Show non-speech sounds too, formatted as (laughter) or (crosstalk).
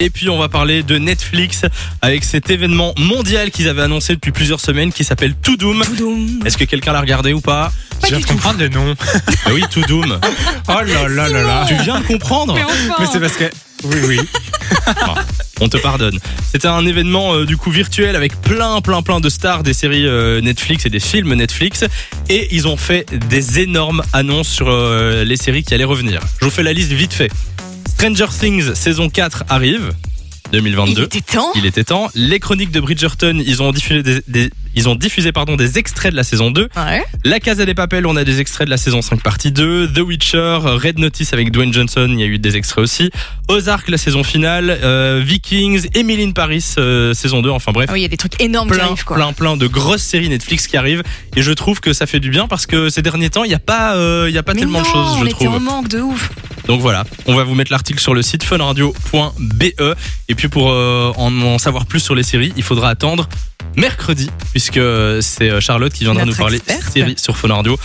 Et puis on va parler de Netflix avec cet événement mondial qu'ils avaient annoncé depuis plusieurs semaines qui s'appelle To Doom. Poudoum. Est-ce que quelqu'un l'a regardé ou pas Pas Je viens du de tout. comprendre le nom. Bah oui, To Doom. Oh là là là là. Tu viens de comprendre Mais enfin Mais c'est parce que. Oui, (laughs) oui. Oh. Ah, On te pardonne. C'était un événement euh, du coup virtuel avec plein plein plein de stars des séries euh, Netflix et des films Netflix et ils ont fait des énormes annonces sur euh, les séries qui allaient revenir. Je vous fais la liste vite fait. Stranger Things saison 4 arrive Il 2022. était temps Il était temps. Les chroniques de Bridgerton, ils ont diffusé des, des- ils ont diffusé pardon des extraits de la saison 2. Ouais. Ah La Casa des Papels, on a des extraits de la saison 5 partie 2, The Witcher, Red Notice avec Dwayne Johnson, il y a eu des extraits aussi, Ozark la saison finale, euh, Vikings, Emily in Paris euh, saison 2, enfin bref. Ah oui, il y a des trucs énormes qui Plein, arrivent quoi. plein, plein de grosses séries Netflix qui arrivent et je trouve que ça fait du bien parce que ces derniers temps il n'y a pas, euh, il y a pas Mais tellement non, de choses on je était trouve. en manque de ouf. Donc voilà, on va vous mettre l'article sur le site funradio.be. Et puis pour euh, en, en savoir plus sur les séries, il faudra attendre mercredi, puisque c'est euh, Charlotte qui viendra Notre nous parler experte. séries sur Fun Radio.